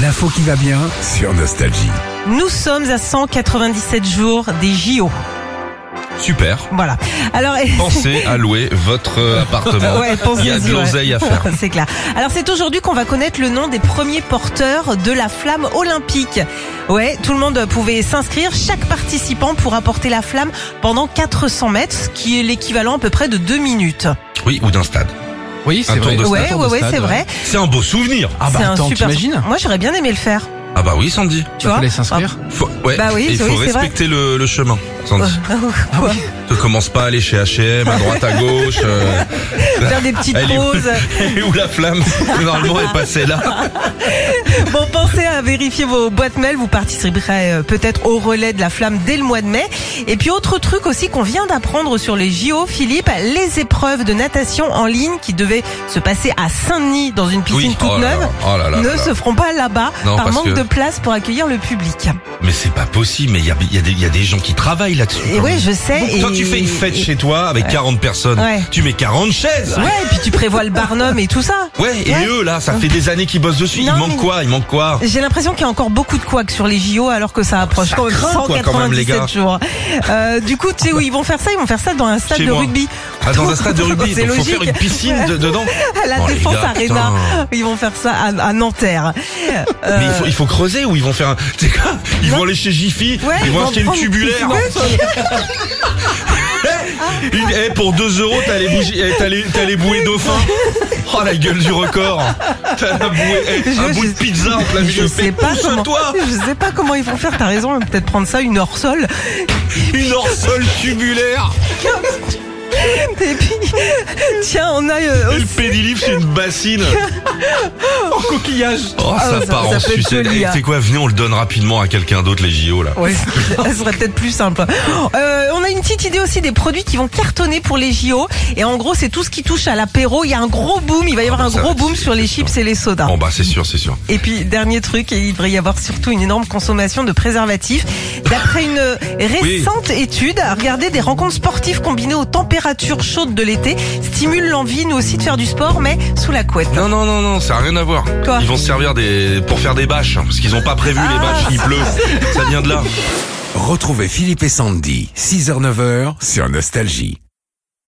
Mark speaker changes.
Speaker 1: L'info qui va bien.
Speaker 2: sur Nostalgie.
Speaker 3: Nous sommes à 197 jours des JO.
Speaker 2: Super.
Speaker 3: Voilà. Alors,
Speaker 2: Pensez à louer votre euh, appartement.
Speaker 3: ouais, pensez-y,
Speaker 2: Il y a de
Speaker 3: ouais.
Speaker 2: l'oseille à faire.
Speaker 3: C'est clair. Alors, c'est aujourd'hui qu'on va connaître le nom des premiers porteurs de la flamme olympique. Ouais, tout le monde pouvait s'inscrire. Chaque participant pourra porter la flamme pendant 400 mètres, ce qui est l'équivalent à peu près de deux minutes.
Speaker 2: Oui, ou d'un stade.
Speaker 1: Oui,
Speaker 2: Un
Speaker 1: c'est
Speaker 2: tour
Speaker 1: vrai.
Speaker 2: de stade.
Speaker 3: Ouais, ouais, ouais, c'est vrai.
Speaker 2: C'est un beau souvenir.
Speaker 1: Ah bah
Speaker 3: C'est un
Speaker 1: attends,
Speaker 3: super-
Speaker 1: t'imagines
Speaker 3: Moi, j'aurais bien aimé le faire.
Speaker 2: Ah bah oui, Sandy.
Speaker 3: Tu
Speaker 1: Tu
Speaker 3: vois
Speaker 1: fallait s'inscrire.
Speaker 2: Faut- ouais.
Speaker 3: Bah oui,
Speaker 2: Et il faut
Speaker 3: oui, c'est vrai.
Speaker 2: respecter le, le chemin, Sandy.
Speaker 3: Quoi
Speaker 2: Ne commence pas à aller chez H&M, à droite, à gauche. euh,
Speaker 3: Faire des petites
Speaker 2: Elle est où
Speaker 3: pauses.
Speaker 2: et où la flamme, normalement, est passée là.
Speaker 3: Bon, pensez à vérifier vos boîtes mail. Vous participerez euh, peut-être au relais de la flamme dès le mois de mai. Et puis, autre truc aussi qu'on vient d'apprendre sur les JO, Philippe, les épreuves de natation en ligne qui devaient se passer à Saint-Denis dans une piscine
Speaker 2: oh
Speaker 3: toute
Speaker 2: là
Speaker 3: neuve
Speaker 2: là, oh là là
Speaker 3: ne
Speaker 2: là là.
Speaker 3: se feront pas là-bas
Speaker 2: Non,
Speaker 3: par
Speaker 2: parce
Speaker 3: manque
Speaker 2: que-
Speaker 3: de place pour accueillir le public.
Speaker 2: Mais c'est pas possible, mais il y a, il y a des- il y a des gens qui travaillent là-dessus.
Speaker 3: Et
Speaker 2: quand
Speaker 3: ouais,
Speaker 2: même.
Speaker 3: je sais. et-
Speaker 2: Quand tu fais une fête
Speaker 3: et-
Speaker 2: chez toi avec 40 personnes,
Speaker 3: Ouais.
Speaker 2: tu mets 40 chaises.
Speaker 3: Ouais, et puis tu prévois le barnum et tout ça.
Speaker 2: Ouais, et
Speaker 3: Ouais.
Speaker 2: eux, là, ça fait des années qu'ils bossent dessus.
Speaker 3: Non,
Speaker 2: il manque
Speaker 3: mais-
Speaker 2: quoi Il manque quoi
Speaker 3: J'ai l'impression qu'il y a encore beaucoup de couacs sur les JO alors que ça approche
Speaker 2: Ça
Speaker 3: quand même
Speaker 2: craint, quoi,
Speaker 3: 197
Speaker 2: quand même, les gars.
Speaker 3: jours. Euh, du coup, tu sais où ils vont faire ça Ils vont faire ça dans un stade
Speaker 2: Chez
Speaker 3: de
Speaker 2: moi.
Speaker 3: rugby.
Speaker 2: Ah, dans un stade de rugby,
Speaker 3: C'est
Speaker 2: donc faut
Speaker 3: logique.
Speaker 2: faire une piscine de- dedans.
Speaker 3: À la
Speaker 2: Oh, les
Speaker 3: Défense
Speaker 2: gars,
Speaker 3: Arena.
Speaker 2: putain.
Speaker 3: Ils vont faire ça à, à Nanterre. Euh,
Speaker 2: Mais il faut, il faut creuser ou ils vont faire un. C'est quoi Ils
Speaker 3: Non.
Speaker 2: vont aller chez Jiffy,
Speaker 3: Ouais,
Speaker 2: ils
Speaker 3: ils
Speaker 2: vont
Speaker 3: vont
Speaker 2: acheter une
Speaker 3: prendre une
Speaker 2: tubulaire. Une- eh, pour 2 euros, t'as les, bougies- eh, t'as les, t'as les bouées dauphins. Oh la gueule du record T'as la bouée, eh,
Speaker 3: Je-
Speaker 2: un bout
Speaker 3: je-
Speaker 2: de pizza en plein milieu.
Speaker 3: je sais
Speaker 2: Mais
Speaker 3: pas comment.
Speaker 2: pousse-toi.
Speaker 3: Je sais pas comment ils vont faire. T'as raison. hein. Peut-être prendre ça une hors sol.
Speaker 2: Une orsole tubulaire
Speaker 3: Et puis, tiens, on a euh,
Speaker 2: Et le
Speaker 3: aussi-
Speaker 2: pédilife, c'est une bassine En coquillage Oh, ça
Speaker 3: Ah, ça-
Speaker 2: part
Speaker 3: ça
Speaker 2: en
Speaker 3: peut être
Speaker 2: sucette.
Speaker 3: joli,
Speaker 2: Eh,
Speaker 3: hein.
Speaker 2: C'est quoi Venez, on le donne rapidement à quelqu'un d'autre, les JO, là.
Speaker 3: Ouais, ça serait peut-être plus simple. Euh, on a une petite idée aussi des produits qui vont cartonner pour les JO. Et en gros, c'est tout ce qui touche à l'apéro. Il y a un gros boom. Il va y avoir
Speaker 2: bah,
Speaker 3: un
Speaker 2: ça
Speaker 3: gros
Speaker 2: va,
Speaker 3: boom
Speaker 2: c'est
Speaker 3: sur les
Speaker 2: sûr.
Speaker 3: chips et les sodas.
Speaker 2: Bon, bah, c'est sûr, c'est sûr.
Speaker 3: Et puis, dernier truc, il devrait y avoir surtout une énorme consommation de préservatifs. D'après une récente étude, regardez des rencontres sportives combinées aux températures chaudes de l'été stimule l'envie, nous aussi, de faire du sport, mais sous la couette.
Speaker 2: Non, non, non, non, ça a rien à voir.
Speaker 3: Quoi
Speaker 2: Ils vont se servir des... pour faire des bâches, hein, parce qu'ils ont pas prévu les bâches, il pleut. Ça vient de là.
Speaker 4: Retrouvez Philippe et Sandy, 6h-9h sur Nostalgie.